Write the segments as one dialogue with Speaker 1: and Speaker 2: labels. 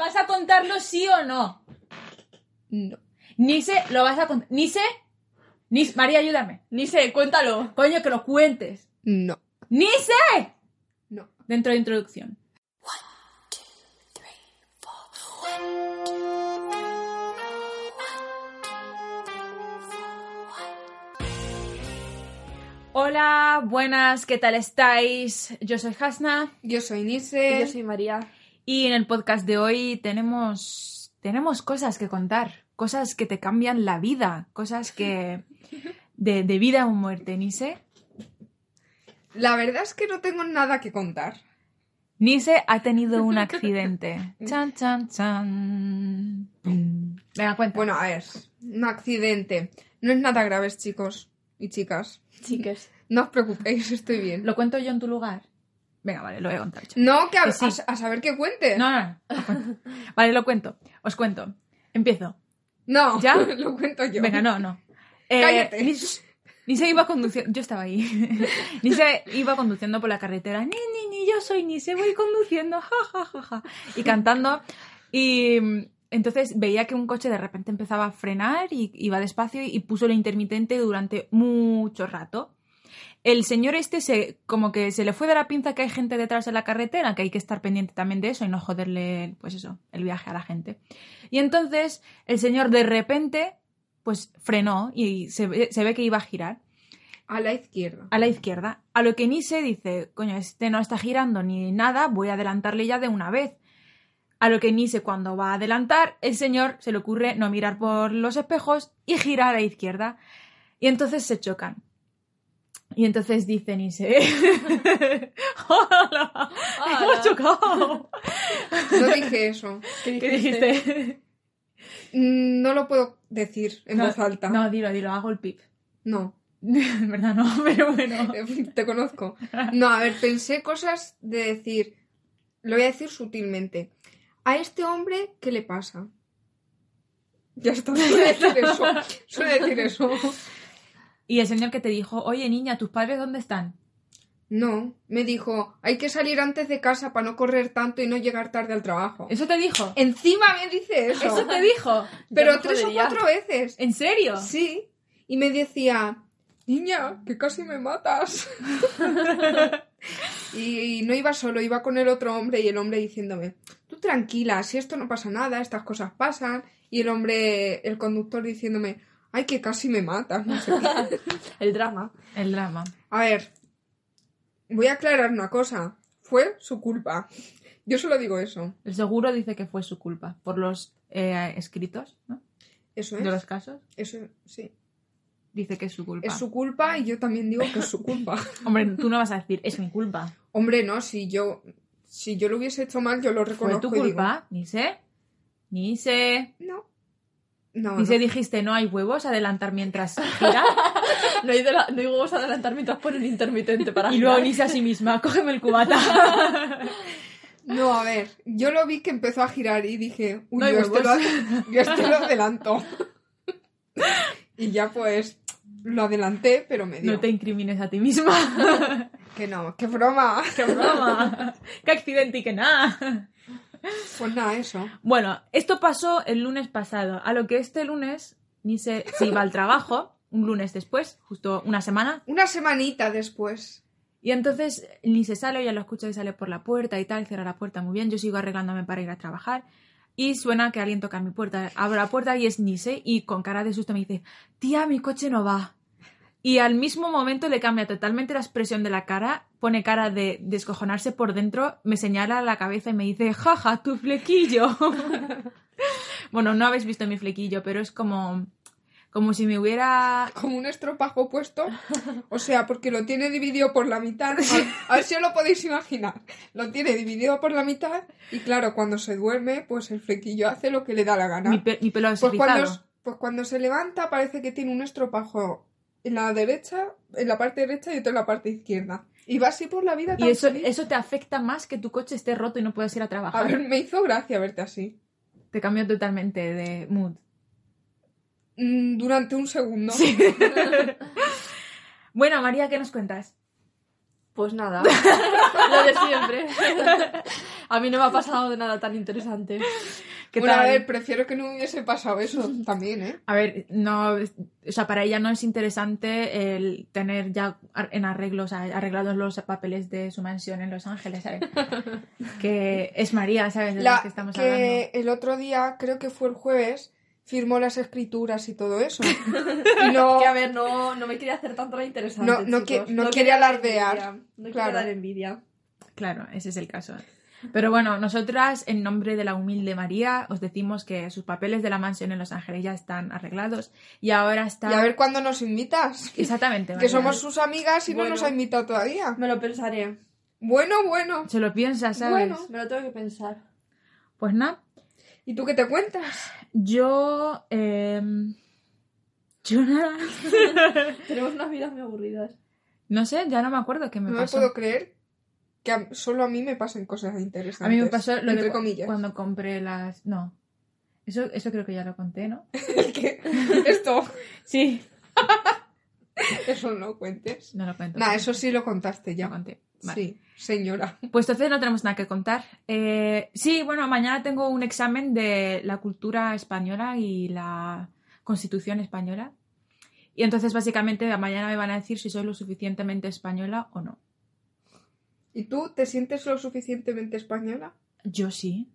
Speaker 1: ¿Vas a contarlo sí o no?
Speaker 2: No.
Speaker 1: Ni sé, lo vas a contar. Ni sé. Ni María, ayúdame.
Speaker 3: Ni sé, cuéntalo.
Speaker 1: Coño, que lo cuentes.
Speaker 2: No.
Speaker 1: Ni sé.
Speaker 2: No.
Speaker 1: Dentro de introducción. Hola, buenas, ¿qué tal estáis? Yo soy Hasna
Speaker 2: Yo soy Nise.
Speaker 3: Yo soy María.
Speaker 1: y en el podcast de hoy tenemos, tenemos cosas que contar, cosas que te cambian la vida, cosas que de, de vida o muerte, Nise.
Speaker 2: La verdad es que no tengo nada que contar.
Speaker 1: Nise ha tenido un accidente. Chan, chan, chan. Venga, cuenta.
Speaker 2: Bueno, a ver, un accidente. No es nada grave, chicos y chicas.
Speaker 3: Chicas.
Speaker 2: No os preocupéis, estoy bien.
Speaker 1: ¿Lo cuento yo en tu lugar? Venga, vale, lo voy a contar yo.
Speaker 2: No, que a,
Speaker 1: Que sí.
Speaker 2: a- a saber qué cuente.
Speaker 1: No, no, no, lo cuento. Vale, lo cuento. Os cuento. Empiezo.
Speaker 2: No,
Speaker 1: ¿Ya?
Speaker 2: lo cuento yo.
Speaker 1: Venga, no, no. Eh,
Speaker 2: Cállate.
Speaker 1: Ni, ni se iba conduciendo. Yo estaba ahí. Ni se iba conduciendo por la carretera. Ni, ni, ni, yo soy ni se voy conduciendo. Ja, ja, ja, ja. Y cantando. Y mm, entonces veía que un coche de repente empezaba a frenar y iba despacio y puso el intermitente durante mucho rato. El señor este se, como que se le fue de la pinza que hay gente detrás de la carretera, que hay que estar pendiente también de eso y no joderle, pues eso, el viaje a la gente. Y entonces el señor de repente pues frenó y se ve, se ve que iba a girar
Speaker 2: A la izquierda.
Speaker 1: a la izquierda. A lo que Nise dice, coño, este no está girando ni nada, voy a adelantarle ya de una vez. A lo que Nise cuando va a adelantar, el señor se le ocurre no mirar por los espejos y girar a la izquierda. Y entonces se chocan. Y entonces dice Nise, ¡Hola! ¡Hemos chocado!
Speaker 2: No dije eso.
Speaker 1: ¿Qué dijiste?
Speaker 2: Mm, No lo puedo decir en
Speaker 1: No,
Speaker 2: voz alta.
Speaker 1: No, dilo, dilo, hago el pip.
Speaker 2: no.
Speaker 1: En verdad no, pero bueno.
Speaker 2: Eh, Te conozco. No, a ver, pensé cosas de decir. Lo voy a decir sutilmente. A este hombre, ¿qué le pasa? Ya está, suele decir eso. Suele decir eso.
Speaker 1: Y el señor que te dijo, oye niña, ¿tus padres dónde están?
Speaker 2: No, me dijo, hay que salir antes de casa para no correr tanto y no llegar tarde al trabajo.
Speaker 1: Eso te dijo.
Speaker 2: Encima me dice eso.
Speaker 1: Eso te dijo.
Speaker 2: Pero
Speaker 3: me
Speaker 2: tres o
Speaker 3: jodería.
Speaker 2: cuatro veces.
Speaker 1: ¿En serio?
Speaker 2: Sí. Y me decía, niña, que casi me matas. y, y no iba solo, iba con el otro hombre y el hombre diciéndome, tú tranquila, si esto no pasa nada, estas cosas pasan. Y el hombre, el conductor diciéndome, ay, que casi me matas. no sé qué.
Speaker 3: El drama.
Speaker 1: El drama.
Speaker 2: a ver, voy a aclarar una cosa. Fue su culpa. Yo solo digo eso.
Speaker 1: El seguro dice que fue su culpa por los eh, escritos ¿no?
Speaker 2: Eso es.
Speaker 1: de los casos.
Speaker 2: Eso, sí.
Speaker 1: Dice que es su culpa.
Speaker 2: Es su culpa y yo también digo que es su culpa.
Speaker 1: Hombre, tú no vas a decir, es mi culpa.
Speaker 2: Hombre, no, si yo si yo lo hubiese hecho mal, yo lo
Speaker 1: ¿Fue
Speaker 2: reconozco.
Speaker 1: tu
Speaker 2: y
Speaker 1: culpa? Ni sé. Ni sé.
Speaker 2: digo, no. No,
Speaker 1: Ni sé,
Speaker 2: no.
Speaker 1: dijiste, no hay huevos, adelantar mientras gira.
Speaker 3: No hay, de la- no hay huevos a adelantar mientras ponen intermitente para
Speaker 1: y luego
Speaker 3: girar.
Speaker 1: ni sé a sí misma, cógeme el cubata.
Speaker 2: No, a ver, yo lo vi que empezó a girar y dije, uy,
Speaker 1: No hay
Speaker 2: yo, este lo,
Speaker 1: huevos.
Speaker 2: ad- yo este lo adelanto. y ya pues lo adelanté, pero me dio.
Speaker 1: no te incrimines a ti misma.
Speaker 2: Que no, que broma.
Speaker 1: ¡Qué broma! ¡Qué accidente y qué nada!
Speaker 2: Pues nada, eso.
Speaker 1: Bueno, esto pasó el lunes pasado, a lo que este lunes ni se, se iba al trabajo, un lunes después, justo una semana,
Speaker 2: Una semanita después.
Speaker 1: y entonces ni se sale, ya lo escucho que sale por la puerta y tal, cierra la puerta muy bien, yo sigo arreglándome para ir a trabajar. Y suena que alguien toca mi puerta. Abro la puerta y es Nise y con cara de susto me dice, tía, mi coche no va. Y al mismo momento le cambia totalmente la expresión de la cara, pone cara de descojonarse por dentro, me señala la cabeza y me dice, jaja, tu flequillo. bueno, no habéis visto mi flequillo, pero es como, como si me hubiera...
Speaker 2: Como un estropajo puesto. O sea, porque lo tiene dividido por la mitad. A, a ver si os lo podéis imaginar. Lo tiene dividido por la mitad. Y claro, cuando se duerme, pues el flequillo hace lo que le da la gana.
Speaker 1: Mi, pe- mi pelo
Speaker 2: Pues cuando,
Speaker 1: desrizado.
Speaker 2: es- pues cuando se levanta parece que tiene un estropajo en la derecha, en la parte derecha y otro en la parte izquierda. Y va así por la vida tan
Speaker 1: Y eso,
Speaker 2: feliz.
Speaker 1: eso te afecta más que tu coche esté roto y no puedas ir a
Speaker 2: A
Speaker 1: trabajar.
Speaker 2: ver, me hizo gracia verte así.
Speaker 1: Te cambió totalmente de mood.
Speaker 2: Mm, Durante un segundo.
Speaker 1: bueno, María, ¿qué nos cuentas?
Speaker 3: Pues nada. Lo de siempre. A mí no me ha pasado de nada tan interesante.
Speaker 1: ¿Qué
Speaker 2: Bueno, a
Speaker 1: tal?
Speaker 2: ver, prefiero que no hubiese pasado eso también, ¿eh?
Speaker 1: A ver, no, o sea, para ella no es interesante el tener ya ar- en arreglo, o sea, arreglados los papeles de su mansión en Los Ángeles, ¿sabes? que es María, ¿sabes? De la,
Speaker 2: La-
Speaker 1: que estamos
Speaker 2: que
Speaker 1: hablando.
Speaker 2: el otro día, creo que fue el jueves, firmó las escrituras y todo eso. Y no,
Speaker 1: Oh.
Speaker 3: Que a ver, no, no me quería hacer tanto la interesante.
Speaker 2: No- no
Speaker 3: chicos.
Speaker 2: que- no
Speaker 3: quería
Speaker 2: quería
Speaker 3: dar
Speaker 2: alardear.
Speaker 3: envidia, No
Speaker 2: Claro.
Speaker 3: quería dar envidia.
Speaker 1: Claro, ese es el caso. Pero bueno, nosotras, en nombre de la humilde María, os decimos que sus papeles de la mansión en Los Ángeles ya están arreglados y ahora
Speaker 2: y
Speaker 1: está...
Speaker 2: a ver cuándo nos invitas.
Speaker 1: Exactamente.
Speaker 2: Que
Speaker 1: María.
Speaker 2: somos sus amigas y no
Speaker 3: Bueno.
Speaker 2: nos ha invitado todavía.
Speaker 3: Me lo pensaré.
Speaker 2: Bueno, bueno.
Speaker 1: Se lo piensas, ¿sabes?
Speaker 2: Bueno.
Speaker 3: Me lo tengo que pensar.
Speaker 1: Pues nada,
Speaker 2: ¿Y tú qué te cuentas?
Speaker 1: yo... em, yo nada.
Speaker 3: Tenemos unas vidas muy aburridas.
Speaker 1: No sé, ya no me acuerdo qué me
Speaker 2: No me
Speaker 1: pasó.
Speaker 2: puedo creer que a- solo a mí me pasen cosas interesantes.
Speaker 1: A mí me pasó lo
Speaker 2: entre
Speaker 1: de cu-
Speaker 2: comillas.
Speaker 1: cuando compré las. No. Eso, eso creo que ya lo conté, ¿no?
Speaker 2: Que Esto,
Speaker 1: Sí.
Speaker 2: eso no lo cuentes.
Speaker 1: No lo cuento.
Speaker 2: Nah, eso sí lo contaste
Speaker 1: Ya
Speaker 2: ya.
Speaker 1: lo conté. Vale.
Speaker 2: Sí, señora.
Speaker 1: Pues entonces no tenemos nada que contar. Eh, sí, bueno, mañana tengo un examen de la cultura española y la constitución española. Y entonces básicamente mañana me van a decir si soy lo suficientemente española o no.
Speaker 2: ¿Y tú te sientes lo suficientemente española?
Speaker 1: Yo sí.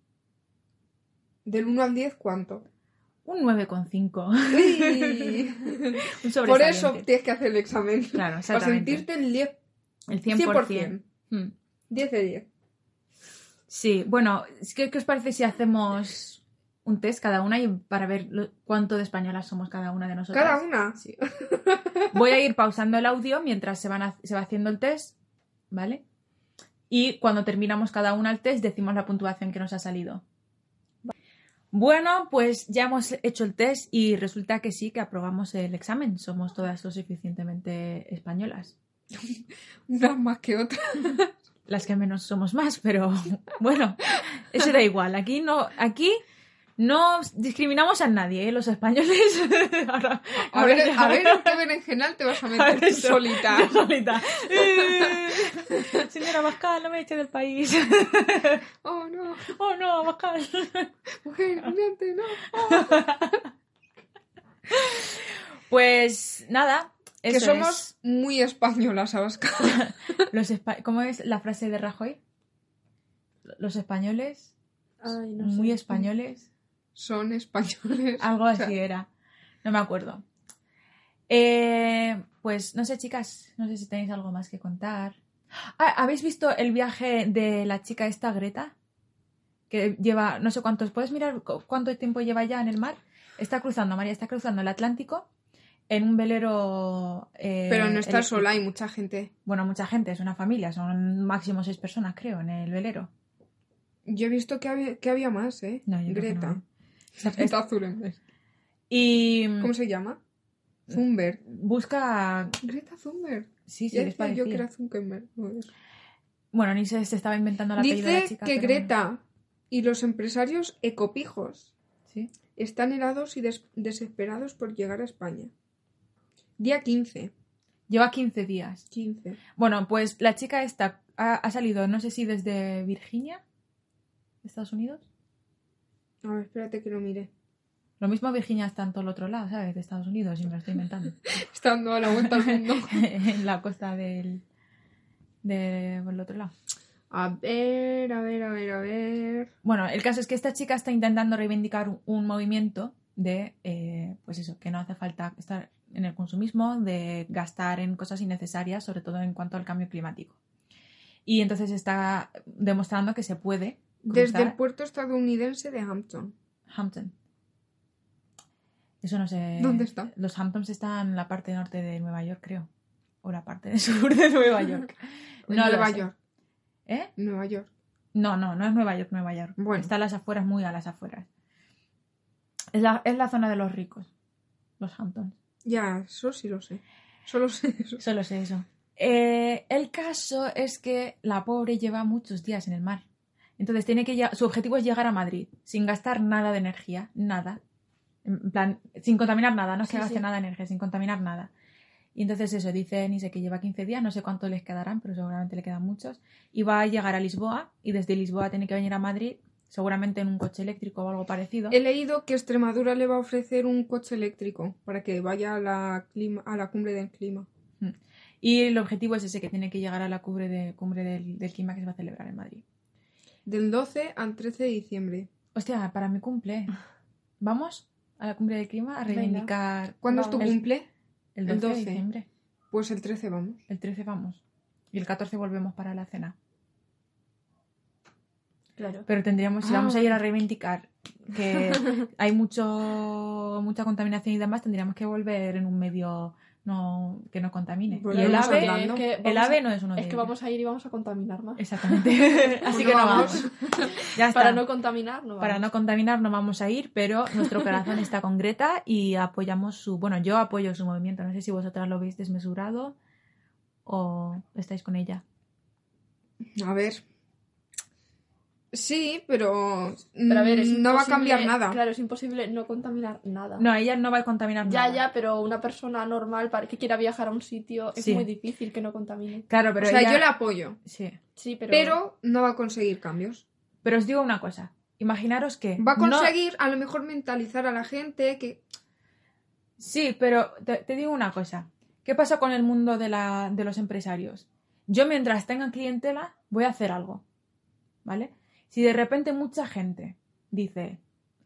Speaker 2: Del 1 al 10, ¿cuánto?
Speaker 1: Un 9,5.
Speaker 2: ¡Uy!
Speaker 1: Un
Speaker 2: Por eso
Speaker 1: sobresaliente.
Speaker 2: tienes que hacer el examen.
Speaker 1: Claro,
Speaker 2: Para
Speaker 1: exactamente.
Speaker 2: sentirte el 10,
Speaker 1: El 100%.
Speaker 2: 100%.
Speaker 1: Hmm.
Speaker 2: 10 de 10.
Speaker 1: Sí, bueno, es que- ¿qué os parece si hacemos un test cada una y para ver lo- cuánto de españolas somos cada una de nosotras?
Speaker 2: Cada una.
Speaker 1: Sí. Voy a ir pausando el audio mientras se, van a- se va haciendo el test, ¿vale? Y cuando terminamos cada una el test, decimos la puntuación que nos ha salido. Bueno, pues ya hemos hecho el test y resulta que sí, que aprobamos el examen. Somos todas lo suficientemente españolas.
Speaker 2: Una más que otra.
Speaker 1: las que menos somos más, pero bueno, eso da igual. Aquí no, aquí no discriminamos a nadie, ¿eh? los españoles. Ahora-
Speaker 2: A ver,
Speaker 1: ya-
Speaker 2: a ver en qué berenjenal te vas a
Speaker 1: a
Speaker 2: meter
Speaker 1: ver
Speaker 2: tú
Speaker 1: eso.
Speaker 2: solita.
Speaker 1: Yo solita. Eh, Señora Bascal, no me eche del país.
Speaker 2: Oh, no.
Speaker 1: Oh no, Bascal.
Speaker 2: Mujer, mírate, no.
Speaker 1: Pues nada, eso
Speaker 2: que somos muy españolas, Abascal.
Speaker 1: es. Los espa- ¿Cómo es la frase de Rajoy? Los españoles,
Speaker 3: Ay, no
Speaker 1: muy
Speaker 3: sé.
Speaker 1: españoles.
Speaker 2: Son españoles.
Speaker 1: Algo
Speaker 2: O sea,
Speaker 1: así era. No me acuerdo. Eh, pues no sé, chicas, no sé si tenéis algo más que contar. Ah, ¿Habéis visto el viaje de la chica esta, Greta? Que lleva, no sé cuántos, ¿puedes mirar cu- cuánto tiempo lleva ya en el mar? Está cruzando, María, está cruzando el Atlántico en un velero... eh,
Speaker 2: Pero no está
Speaker 1: eléctrico.
Speaker 2: sola, hay mucha gente.
Speaker 1: Bueno, mucha gente, es una familia, son máximo seis personas, creo, en el velero.
Speaker 2: Yo he visto que había, que había más, ¿eh?
Speaker 1: No, yo creo que
Speaker 2: Greta.
Speaker 1: no. Mm. Esta-
Speaker 2: Greta
Speaker 1: esta-
Speaker 2: Thunberg.
Speaker 1: Y
Speaker 2: ¿Cómo se llama? Zumber.
Speaker 1: busca...
Speaker 2: Greta Zumber.
Speaker 1: Mm. Sí, sí,
Speaker 2: Ya
Speaker 1: les
Speaker 2: decía yo que
Speaker 1: parecía.
Speaker 2: era Zuckerberg. Joder.
Speaker 1: Bueno, ni se, se estaba inventando la apellido de la
Speaker 2: Dice
Speaker 1: chica.
Speaker 2: que
Speaker 1: pero bueno.
Speaker 2: Greta y los empresarios ecopijos
Speaker 1: Sí.
Speaker 2: están helados y des- desesperados por llegar a España. Día 15.
Speaker 1: Lleva 15 días.
Speaker 2: 15.
Speaker 1: Bueno, pues la chica esta ha, ha salido, no sé si desde Virginia, Estados Unidos.
Speaker 2: A ver, espérate que lo mire.
Speaker 1: Lo mismo Virginia está en todo el otro lado, ¿sabes? De Estados Unidos, y me lo estoy inventando.
Speaker 2: Está dando a la vuelta al mundo.
Speaker 1: en la costa del, del otro lado.
Speaker 2: A ver, a ver, a ver, a ver.
Speaker 1: Bueno, el caso es que esta chica está intentando reivindicar un, un movimiento de, eh, pues eso, que no hace falta estar en el consumismo, de gastar en cosas innecesarias, sobre todo en cuanto al cambio climático. Y entonces está demostrando que se puede
Speaker 2: Desde el
Speaker 1: cruzar
Speaker 2: puerto estadounidense de Hampton.
Speaker 1: Hampton. Eso no sé.
Speaker 2: ¿Dónde está?
Speaker 1: Los Hamptons están en la parte norte de Nueva York, creo. O la parte del sur de Nueva York. No lo
Speaker 2: Nueva
Speaker 1: sé.
Speaker 2: York.
Speaker 1: ¿Eh?
Speaker 2: Nueva York.
Speaker 1: No, no, no es Nueva York, Nueva York.
Speaker 2: Bueno.
Speaker 1: Está a las afueras, muy a las afueras. Es la, es la zona de los ricos, los Hamptons.
Speaker 2: Ya, eso sí lo sé. Solo sé eso.
Speaker 1: Solo sé eso. Eh, el caso es que la pobre lleva muchos días en el mar. Entonces tiene que lle- su objetivo es llegar a Madrid sin gastar nada de energía, nada. En plan, sin contaminar nada, no se
Speaker 2: Sí,
Speaker 1: gaste
Speaker 2: sí.
Speaker 1: nada de energía, sin contaminar nada. Y entonces eso, dice Nise que lleva 15 días, no sé cuánto les quedarán, pero seguramente le quedan muchos. Y va a llegar a Lisboa y desde Lisboa tiene que venir a Madrid, seguramente en un coche eléctrico o algo parecido.
Speaker 2: He leído que Extremadura le va a ofrecer un coche eléctrico para que vaya a la, clima, a la cumbre del clima.
Speaker 1: Y el objetivo es ese, que tiene que llegar a la cumbre, de, cumbre del, del clima que se va a celebrar en Madrid.
Speaker 2: Del 12 al 13 de diciembre.
Speaker 1: Hostia, para mi cumple. Vamos a la cumbre del clima a
Speaker 3: Venga.
Speaker 1: reivindicar
Speaker 2: ¿Cuándo es tu
Speaker 1: el-
Speaker 2: cumple?
Speaker 1: el 12,
Speaker 2: el
Speaker 1: de
Speaker 2: 12.
Speaker 1: diciembre.
Speaker 2: Pues el 13 vamos.
Speaker 1: El 13 vamos. Y el 14 volvemos para la cena.
Speaker 3: Claro.
Speaker 1: Pero tendríamos, si
Speaker 2: Ah,
Speaker 1: vamos a ir
Speaker 2: bueno.
Speaker 1: a reivindicar que hay mucho mucha contaminación y demás, tendríamos que volver en un medio no, que no contamine.
Speaker 2: Bueno,
Speaker 1: y el
Speaker 2: vamos
Speaker 1: ave,
Speaker 2: hablando.
Speaker 3: que vamos
Speaker 1: el
Speaker 3: a-
Speaker 1: ave no es uno de
Speaker 3: Es que
Speaker 1: ellos.
Speaker 3: vamos a ir y vamos a contaminar más.
Speaker 1: Exactamente. Así
Speaker 2: Pues
Speaker 1: que no
Speaker 2: no
Speaker 1: vamos. Ya está.
Speaker 3: Para no contaminar, no vamos.
Speaker 1: Para no contaminar no vamos a ir, pero nuestro corazón está con Greta y apoyamos su... Bueno, yo apoyo su movimiento. No sé si vosotras lo veis desmesurado o estáis con ella.
Speaker 2: A ver. Sí, pero,
Speaker 3: Pero a ver, es
Speaker 2: mm, no va a
Speaker 3: imposible-
Speaker 2: cambiar nada.
Speaker 3: Claro, es imposible no contaminar nada.
Speaker 1: No, ella no va a contaminar
Speaker 3: Ya,
Speaker 1: nada.
Speaker 3: ya, pero una persona normal para que quiera viajar a un sitio es
Speaker 1: Sí.
Speaker 3: muy difícil que no contamine.
Speaker 1: Claro, pero
Speaker 2: o sea,
Speaker 1: ella-
Speaker 2: yo la apoyo,
Speaker 1: Sí.
Speaker 3: Sí, pero...
Speaker 2: pero... no va a conseguir cambios.
Speaker 1: Pero os digo una cosa. Imaginaros que...
Speaker 2: Va a
Speaker 1: no-
Speaker 2: conseguir a lo mejor mentalizar a la gente que
Speaker 1: Sí, pero te, te digo una cosa. ¿Qué pasa con el mundo de, la, de los empresarios? Yo mientras tenga clientela voy a hacer algo. ¿Vale? Si de repente mucha gente dice,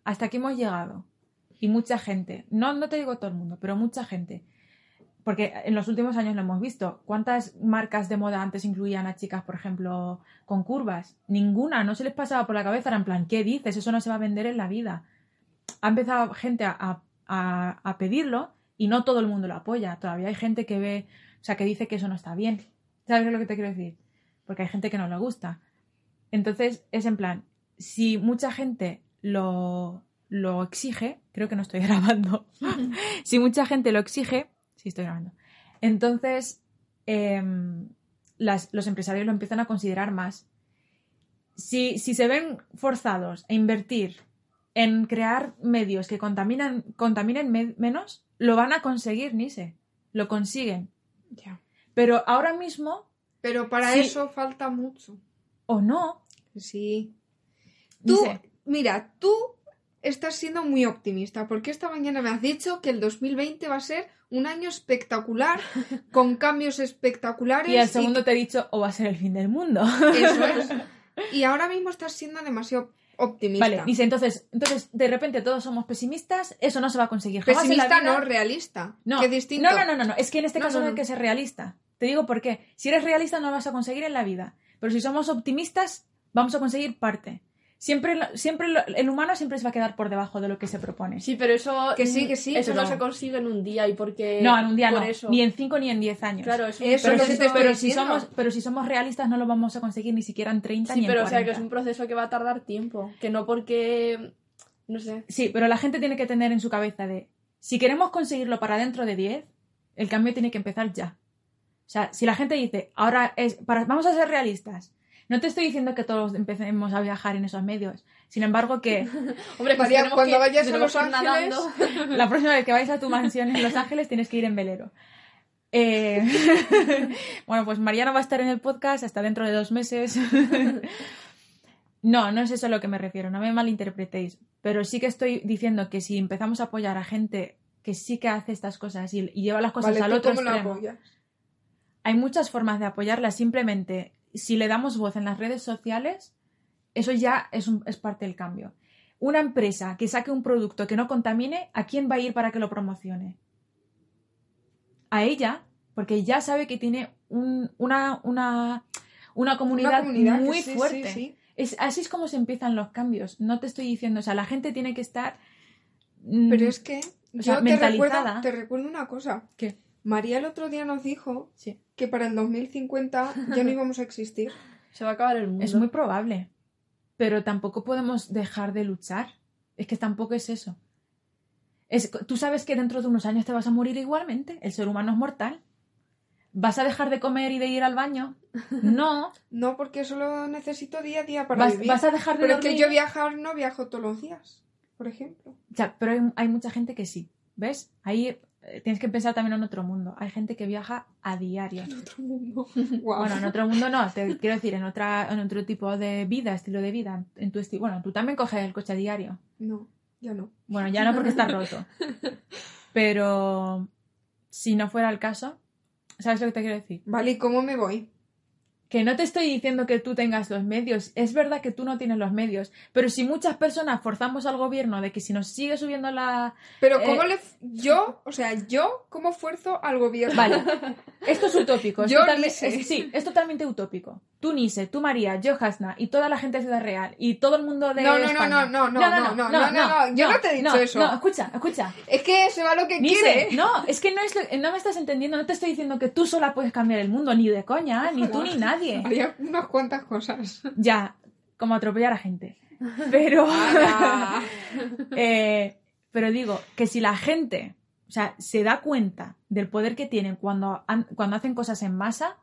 Speaker 1: hasta aquí hemos llegado, y mucha gente, no, no te digo todo el mundo, pero mucha gente, porque en los últimos años lo hemos visto, ¿cuántas marcas de moda antes incluían a chicas, por ejemplo, con curvas? Ninguna, no se les pasaba por la cabeza, era en plan, ¿qué dices? Eso no se va a vender en la vida. Ha empezado gente a- a, a- a pedirlo y no todo el mundo lo apoya, todavía hay gente que ve, o sea, que dice que eso no está bien. ¿Sabes lo que te quiero decir? Porque hay gente que no le gusta. Entonces, es en plan, si mucha gente lo, lo exige, creo que no estoy grabando, si mucha gente lo exige, sí estoy grabando, entonces em, las- los empresarios lo empiezan a considerar más. Si, si se ven forzados a invertir en crear medios que contaminan, contaminen me- menos, lo van a conseguir, Nise, lo consiguen. Pero ahora mismo,
Speaker 2: Pero para
Speaker 1: Sí.
Speaker 2: eso falta mucho.
Speaker 1: o no,
Speaker 2: Sí. Tú,
Speaker 1: Dice-
Speaker 2: mira, tú estás siendo muy optimista porque esta mañana me has dicho que el 2020 va a ser un año espectacular con cambios espectaculares.
Speaker 1: y al segundo te he dicho, o va a ser el fin del mundo.
Speaker 2: Eso es. Y ahora mismo estás siendo demasiado optimista.
Speaker 1: Vale, dice, entonces, entonces de repente todos somos pesimistas, eso no se va a conseguir jamás en la
Speaker 2: Pesimista
Speaker 1: vida.
Speaker 2: no, realista.
Speaker 1: No,
Speaker 2: que es distinto.
Speaker 1: No, no, no, no, no, es que en este
Speaker 2: No,
Speaker 1: caso
Speaker 2: no,
Speaker 1: no hay
Speaker 2: no.
Speaker 1: que ser realista. Te digo por qué. Si eres realista no lo vas a conseguir en la vida, pero si somos optimistas vamos a conseguir parte. Siempre, lo- siempre lo- el humano siempre se va a quedar por debajo de lo que se propone.
Speaker 3: Sí, pero eso...
Speaker 2: Que sí, que sí,
Speaker 3: Eso
Speaker 2: pero-
Speaker 3: no se consigue en un día y
Speaker 2: Eh,
Speaker 3: porque...
Speaker 1: no, en un día
Speaker 3: por
Speaker 1: no,
Speaker 3: Eso.
Speaker 1: ni en cinco ni en diez años.
Speaker 3: Claro, es un
Speaker 2: Eso
Speaker 1: pero,
Speaker 2: es lo
Speaker 1: si,
Speaker 2: que te estoy
Speaker 1: pero si
Speaker 2: diciendo.
Speaker 1: somos, pero si somos realistas no lo vamos a conseguir ni siquiera en 30
Speaker 3: Sí,
Speaker 1: ni en
Speaker 3: pero o sea que
Speaker 1: 40.
Speaker 3: es un proceso que va a tardar tiempo. Que no porque. No sé.
Speaker 1: Sí, pero la gente tiene que tener en su cabeza de, si queremos conseguirlo para dentro de 10, el cambio tiene que empezar ya. O sea, si la gente dice, ahora es, para, vamos a ser realistas. No te estoy diciendo que todos empecemos a viajar en esos medios. Sin embargo, que
Speaker 3: Hombre, que
Speaker 2: María,
Speaker 3: tenemos
Speaker 2: cuando
Speaker 3: que-
Speaker 2: vayas a
Speaker 3: tenemos
Speaker 2: Los
Speaker 3: que ir
Speaker 2: Ángeles-
Speaker 3: nadando.
Speaker 1: la próxima vez que vais a tu mansión en Los Ángeles tienes que ir en velero. Eh, bueno, pues Mariana va a estar en el podcast hasta dentro de dos meses. No, no es eso a lo que me refiero, no me malinterpretéis, pero sí que estoy diciendo que si empezamos a apoyar a gente que sí que hace estas cosas y, y lleva las cosas
Speaker 2: Vale,
Speaker 1: pues al
Speaker 2: ¿tú
Speaker 1: otro
Speaker 2: cómo la
Speaker 1: extremo,
Speaker 2: apoyas?
Speaker 1: hay muchas formas de apoyarlas, simplemente si le damos voz en las redes sociales, eso ya es, un- es parte del cambio. Una empresa que saque un producto que no contamine, ¿a quién va a ir para que lo promocione? A ella, porque ya sabe que tiene un- una, una, una
Speaker 2: Una
Speaker 1: comunidad,
Speaker 2: comunidad que
Speaker 1: muy
Speaker 2: sí, sí,
Speaker 1: fuerte.
Speaker 2: sí.
Speaker 1: Es, así es como se empiezan los cambios. No te estoy diciendo, o sea, la gente tiene que estar. mm,
Speaker 2: Pero es que yo
Speaker 1: sea,
Speaker 2: te, recuerdo,
Speaker 1: mentalizada.
Speaker 2: te recuerdo una cosa.
Speaker 1: ¿Qué?
Speaker 2: María el otro día nos dijo
Speaker 1: Sí.
Speaker 2: que para el 2050 ya no íbamos a existir.
Speaker 3: Se va a acabar el mundo.
Speaker 1: es muy probable. Pero tampoco podemos dejar de luchar. Es que tampoco es eso. Es, tú sabes que dentro de unos años te vas a morir igualmente. El ser humano es mortal. ¿Vas a dejar de comer y de ir al baño? No.
Speaker 2: No, porque solo necesito día a día para
Speaker 1: ¿Vas,
Speaker 2: vivir.
Speaker 1: vas a dejar de
Speaker 2: Pero es que
Speaker 1: dormir?
Speaker 2: yo viajar no viajo todos los días, por ejemplo.
Speaker 1: O sea, pero hay, hay mucha gente que sí. ¿Ves? Ahí eh, tienes que pensar también en otro mundo. Hay gente que viaja a diario.
Speaker 2: Otro mundo. Guau.
Speaker 1: Bueno, en otro mundo no, te quiero decir, en, otra, en otro tipo de vida, estilo de vida. En tu esti- bueno, tú también coges el coche a diario.
Speaker 2: No, ya no.
Speaker 1: Bueno, ya no porque está roto. Pero si no fuera el caso, ¿sabes lo que te quiero decir?
Speaker 2: Vale, ¿y cómo me voy?
Speaker 1: Que no te estoy diciendo que tú tengas los medios. Es verdad que tú no tienes los medios. Pero si muchas personas forzamos al gobierno de que si nos sigue subiendo la...
Speaker 2: Pero ¿cómo
Speaker 1: Eh,
Speaker 2: le... f- Yo, o sea, yo, ¿cómo fuerzo al gobierno?
Speaker 1: Vale. Esto es utópico. Es
Speaker 2: Yo
Speaker 1: totalme-
Speaker 2: Nise.
Speaker 1: es- sí, es totalmente utópico. Tú, Nise, tú, María, yo, Hasna, y toda la gente de Ciudad Real, y todo el mundo de
Speaker 2: No, no, no,
Speaker 1: España.
Speaker 2: no, no, no, no, no, no, no, yo no te he dicho eso.
Speaker 1: No, escucha, escucha.
Speaker 2: Es que se va lo que quiere.
Speaker 1: Nise, no, es que no, es lo- no me estás entendiendo, no te estoy diciendo que tú sola puedes cambiar el mundo, ni de coña, ni tú ni nadie.
Speaker 2: Haría unas cuantas cosas.
Speaker 1: Ya, como atropellar a gente. Pero...
Speaker 2: Ala.
Speaker 1: Eh, pero digo que si la gente o sea, se da cuenta del poder que tienen cuando, han- cuando hacen cosas en masa,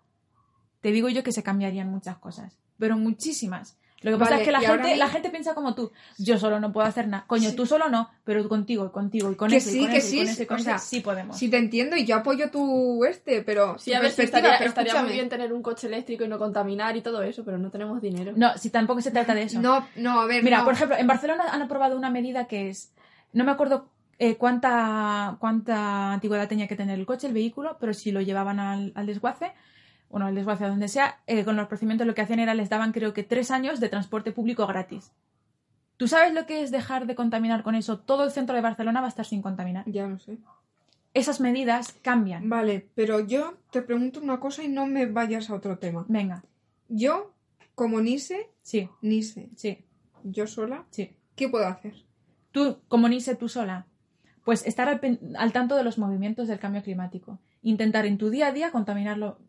Speaker 1: te digo yo que se cambiarían muchas cosas, pero muchísimas. Lo que pasa
Speaker 2: Vale,
Speaker 1: es que la
Speaker 2: y ahora
Speaker 1: gente,
Speaker 2: mi-
Speaker 1: la gente piensa como tú. Yo solo no puedo hacer nada. Coño,
Speaker 2: Sí.
Speaker 1: tú solo no, pero contigo, y contigo, y con
Speaker 2: Que
Speaker 1: eso,
Speaker 2: sí,
Speaker 1: y con
Speaker 2: que
Speaker 1: eso, y con
Speaker 2: sí,
Speaker 1: eso, y con
Speaker 2: o sea,
Speaker 1: eso, sí podemos.
Speaker 2: Si te entiendo y yo apoyo tu este, pero
Speaker 3: Sí,
Speaker 2: tu
Speaker 3: a ver, sí,
Speaker 2: perspectiva,
Speaker 3: estaría,
Speaker 2: pero
Speaker 3: estaría muy
Speaker 2: escúchame.
Speaker 3: bien tener un coche eléctrico y no contaminar y todo eso, pero no tenemos dinero.
Speaker 1: No, si tampoco se trata de eso.
Speaker 2: No, no, a ver,
Speaker 1: Mira,
Speaker 2: no.
Speaker 1: por ejemplo, en Barcelona han aprobado una medida que es, no me acuerdo eh, cuánta, cuánta antigüedad tenía que tener el coche, el vehículo, pero si lo llevaban al, al desguace, bueno, al desguace a donde sea, eh, con los procedimientos lo que hacían era les daban creo que tres años de transporte público gratis. ¿Tú sabes lo que es dejar de contaminar con eso? Todo el centro de Barcelona va a estar sin contaminar.
Speaker 2: Ya no sé.
Speaker 1: Esas medidas cambian.
Speaker 2: Vale, pero yo te pregunto una cosa y no me vayas a otro tema.
Speaker 1: Venga,
Speaker 2: Yo, como Nise,
Speaker 1: sí,
Speaker 2: Nise,
Speaker 1: sí,
Speaker 2: yo sola,
Speaker 1: sí.
Speaker 2: ¿qué puedo hacer?
Speaker 1: tú, como Nise tú sola, pues estar al, pen- al tanto de los movimientos del cambio climático. Intentar en tu día a día contaminarlo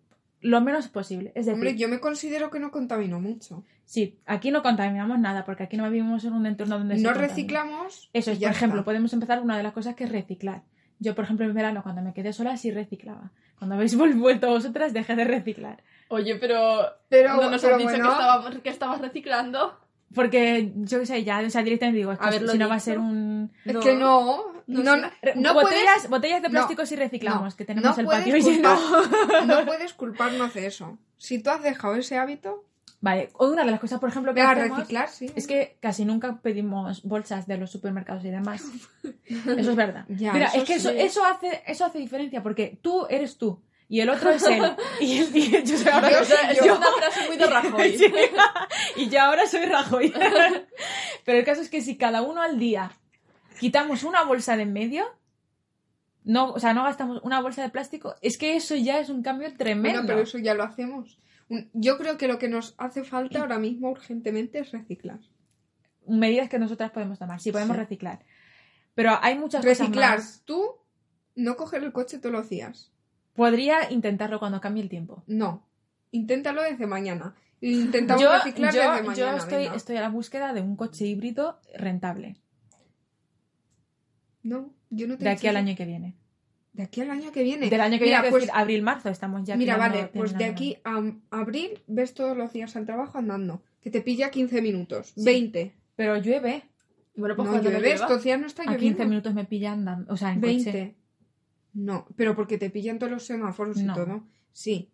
Speaker 1: lo menos posible. Es decir,
Speaker 2: Hombre, yo me considero que no contamino mucho.
Speaker 1: sí, aquí no contaminamos nada porque aquí no vivimos en un entorno donde se
Speaker 2: No
Speaker 1: contamina.
Speaker 2: reciclamos.
Speaker 1: Eso
Speaker 2: y
Speaker 1: es,
Speaker 2: ya
Speaker 1: por ejemplo, pues,
Speaker 2: está.
Speaker 1: podemos empezar una de las cosas que es reciclar. Yo, por ejemplo, en verano, cuando me quedé sola, sí reciclaba. Cuando habéis vol- vuelto vosotras, dejé de reciclar.
Speaker 3: Oye, pero...
Speaker 2: Pero,
Speaker 3: ¿No nos
Speaker 2: pero
Speaker 3: han dicho
Speaker 2: bueno,
Speaker 3: que, estábamos, que estabas reciclando?
Speaker 1: Porque yo qué sé, ya o sea, directamente digo, es que
Speaker 3: A ver,
Speaker 1: si
Speaker 3: lo
Speaker 1: no va a
Speaker 3: dicho.
Speaker 1: ser un.
Speaker 2: es que no.
Speaker 3: No
Speaker 2: No,
Speaker 3: sé.
Speaker 2: no, no
Speaker 1: botellas,
Speaker 2: puedes,
Speaker 1: botellas de
Speaker 2: no,
Speaker 1: plástico sí reciclamos,
Speaker 2: no,
Speaker 1: que tenemos
Speaker 2: no
Speaker 1: el
Speaker 2: puedes
Speaker 1: patio lleno.
Speaker 2: no puedes culparnos de eso. Si tú has dejado ese hábito,
Speaker 1: Vale, o una de las cosas, por ejemplo, que
Speaker 2: a
Speaker 1: hacemos
Speaker 2: reciclar, sí.
Speaker 1: es que casi nunca pedimos bolsas de los supermercados y demás. Eso es verdad.
Speaker 2: Ya,
Speaker 1: Mira,
Speaker 2: eso
Speaker 1: es que eso,
Speaker 2: sí.
Speaker 1: eso hace, eso hace diferencia porque tú eres tú y el otro es él. Y, el- y yo soy ahora
Speaker 2: Yo
Speaker 1: o sea,
Speaker 2: soy
Speaker 3: Es
Speaker 2: yo.
Speaker 3: una frase muy de Rajoy.
Speaker 1: Sí. y yo ahora soy Rajoy. Pero el caso es que si cada uno al día quitamos una bolsa de en medio, no, o sea, no gastamos una bolsa de plástico, es que eso ya es un cambio tremendo.
Speaker 2: Bueno, pero eso ya lo hacemos. Un- Yo creo que lo que nos hace falta ahora mismo urgentemente es reciclar.
Speaker 1: medidas que nosotras podemos tomar. Sí, podemos
Speaker 2: Sí.
Speaker 1: reciclar. Pero hay muchas
Speaker 2: reciclar.
Speaker 1: cosas más.
Speaker 2: Tú no coger el coche todos los días.
Speaker 1: Podría intentarlo cuando cambie el tiempo.
Speaker 2: No. Inténtalo desde mañana. Intentamos
Speaker 1: yo
Speaker 2: reciclar
Speaker 1: yo-
Speaker 2: desde
Speaker 1: yo
Speaker 2: mañana.
Speaker 1: estoy,
Speaker 2: venga.
Speaker 1: estoy a la búsqueda de un coche híbrido rentable
Speaker 2: No, yo no te
Speaker 1: de
Speaker 2: he
Speaker 1: aquí
Speaker 2: dicho
Speaker 1: al
Speaker 2: eso.
Speaker 1: año que viene.
Speaker 2: De aquí al año que viene.
Speaker 1: Del año que
Speaker 2: Mira,
Speaker 1: viene,
Speaker 2: pues,
Speaker 1: pues, abril-marzo, estamos ya.
Speaker 2: Mira,
Speaker 1: tirando-
Speaker 2: vale, pues de
Speaker 1: terminando.
Speaker 2: aquí a abril ves todos los días al trabajo andando. Que te pilla 15 minutos,
Speaker 1: Sí.
Speaker 2: 20.
Speaker 1: Pero llueve.
Speaker 3: Bueno, pues
Speaker 2: No
Speaker 3: cuando
Speaker 2: llueve,
Speaker 3: llueva.
Speaker 2: estos días no está
Speaker 1: A
Speaker 2: lloviendo.
Speaker 1: 15 minutos me pillan andando. O sea, en
Speaker 2: 20.
Speaker 1: coche.
Speaker 2: No, pero porque te pillan todos los semáforos
Speaker 1: No.
Speaker 2: y todo. Sí.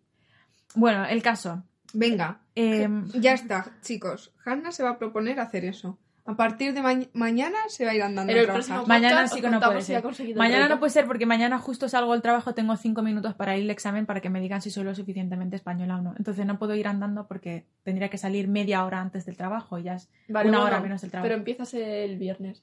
Speaker 1: Bueno, el caso.
Speaker 2: Venga.
Speaker 1: Em,
Speaker 2: Ya está, chicos. Hanna se va a proponer hacer eso. A partir de ma- mañana se va a ir andando
Speaker 3: Pero
Speaker 2: a
Speaker 3: el
Speaker 2: trabajar.
Speaker 3: próximo
Speaker 1: Mañana
Speaker 3: podcast
Speaker 1: sí
Speaker 3: os
Speaker 1: que no
Speaker 3: contamos
Speaker 1: puede
Speaker 3: si
Speaker 1: ser.
Speaker 3: ha conseguido el
Speaker 1: mañana
Speaker 3: reto.
Speaker 1: no puede ser porque mañana justo salgo del trabajo, tengo 5 minutos para ir al examen para que me digan si soy lo suficientemente española o no. Entonces no puedo ir andando porque tendría que salir media hora antes del trabajo y ya es
Speaker 3: Vale,
Speaker 1: una
Speaker 3: bueno,
Speaker 1: hora menos del trabajo.
Speaker 3: Pero empiezas el viernes.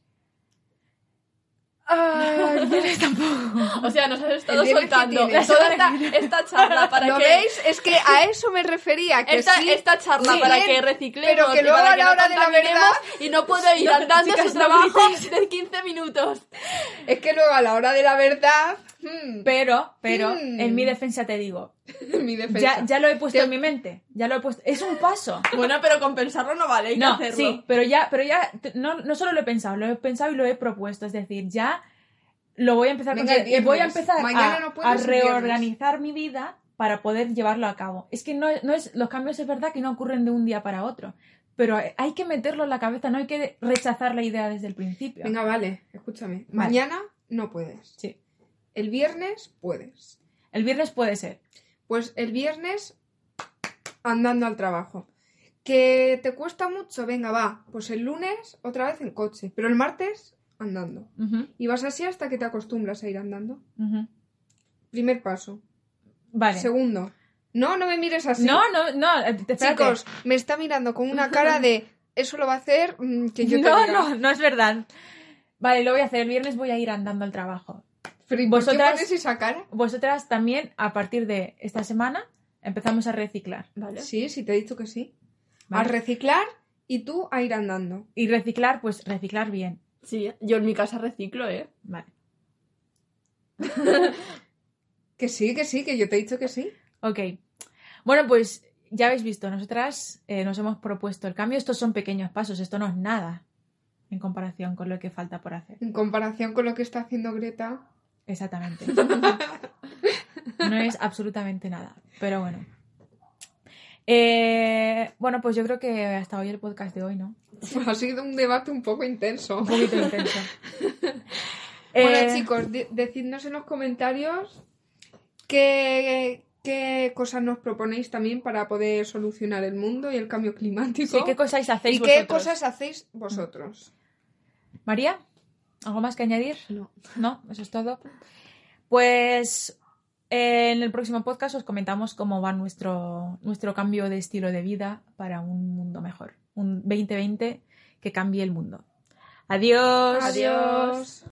Speaker 1: Ay, viernes tampoco.
Speaker 3: O sea, nos has estado
Speaker 2: El viernes que
Speaker 3: soltando
Speaker 2: tiene.
Speaker 3: toda esta, esta charla para
Speaker 2: ¿Lo
Speaker 3: que...
Speaker 2: veis? Es que a eso me refería. Que
Speaker 3: Esta,
Speaker 2: sí,
Speaker 3: esta charla
Speaker 2: sí,
Speaker 3: para
Speaker 2: bien,
Speaker 3: que reciclemos
Speaker 2: pero que
Speaker 3: y
Speaker 2: luego
Speaker 3: para
Speaker 2: a la
Speaker 3: no
Speaker 2: hora de la
Speaker 3: contaminemos
Speaker 2: verdad-
Speaker 3: y no puedo ir
Speaker 1: No,
Speaker 3: andando a
Speaker 1: chicas,
Speaker 3: su
Speaker 1: no
Speaker 3: trabajo de 15 minutos.
Speaker 2: es que luego a la hora de la verdad. mm,
Speaker 1: Pero, pero,
Speaker 2: Mm.
Speaker 1: en mi defensa te digo,
Speaker 2: mi defensa.
Speaker 1: ya, ya lo he puesto
Speaker 2: Te-
Speaker 1: en mi mente, ya lo he puesto, es un paso.
Speaker 3: Bueno, pero compensarlo no vale, hay
Speaker 1: No,
Speaker 3: que hacerlo.
Speaker 1: sí, pero ya, pero ya, t- no, no solo lo he pensado, lo he pensado y lo he propuesto, es decir, ya lo voy a empezar
Speaker 2: Venga,
Speaker 1: con-
Speaker 2: el
Speaker 1: y voy a
Speaker 2: viernes.
Speaker 1: empezar
Speaker 2: Mañana
Speaker 1: a,
Speaker 2: no puedes,
Speaker 1: a
Speaker 2: el viernes.
Speaker 1: reorganizar mi vida para poder llevarlo a cabo. Es que no, no es, los cambios es verdad que no ocurren de un día para otro, pero hay que meterlo en la cabeza, no hay que rechazar la idea desde el principio.
Speaker 2: Venga, vale, escúchame.
Speaker 1: Vale.
Speaker 2: Mañana no puedes.
Speaker 1: Sí.
Speaker 2: El viernes puedes.
Speaker 1: El viernes puede ser.
Speaker 2: Pues el viernes andando al trabajo. Que te cuesta mucho, venga, va. Pues el lunes otra vez en coche, pero el martes andando.
Speaker 1: Ujú,
Speaker 2: Y vas así hasta que te acostumbras a ir andando.
Speaker 1: ujú.
Speaker 2: Primer paso.
Speaker 1: Vale.
Speaker 2: Segundo. No, no me mires así.
Speaker 1: No, no, no, eh, te- espérate.
Speaker 2: Chicos, me está mirando con una cara de eso lo va a hacer mm, que yo te
Speaker 1: no,
Speaker 2: diga".
Speaker 1: no, no es verdad. Vale, lo voy a hacer. El viernes voy a ir andando al trabajo.
Speaker 2: Pero ¿y por
Speaker 1: Vosotras-
Speaker 2: qué pones esa cara?
Speaker 1: Vosotras también, a partir de esta semana, empezamos a reciclar.
Speaker 3: Vale.
Speaker 2: Sí, sí, te he dicho que sí.
Speaker 1: ¿vale?
Speaker 2: A reciclar y tú a ir andando.
Speaker 1: y reciclar, pues reciclar bien.
Speaker 3: Sí, yo en mi casa reciclo, ¿eh?
Speaker 1: Vale.
Speaker 2: Que sí, que sí, que yo te he dicho que sí.
Speaker 1: Ok. Bueno, pues ya habéis visto, nosotras eh, nos hemos propuesto el cambio. Estos son pequeños pasos, esto no es nada en comparación con lo que falta por hacer.
Speaker 2: En comparación con lo que está haciendo Greta.
Speaker 1: Exactamente. No es absolutamente nada, pero bueno. Eh, bueno, pues yo creo que hasta hoy el podcast de hoy, ¿no?
Speaker 2: Ha sido un debate un poco intenso.
Speaker 1: Un poquito intenso.
Speaker 2: Bueno,
Speaker 1: Eh,
Speaker 2: chicos, de- decidnos en los comentarios qué, qué cosas nos proponéis también para poder solucionar el mundo y el cambio climático.
Speaker 1: sí, ¿qué cosas hacéis
Speaker 2: ¿Y qué
Speaker 1: vosotros?
Speaker 2: cosas hacéis vosotros?
Speaker 1: María, ¿algo más que añadir?
Speaker 3: No.
Speaker 1: No, eso es todo. Pues eh, en el próximo podcast os comentamos cómo va nuestro, nuestro cambio de estilo de vida para un mundo mejor. Un 2020 que cambie el mundo. Adiós.
Speaker 3: Adiós.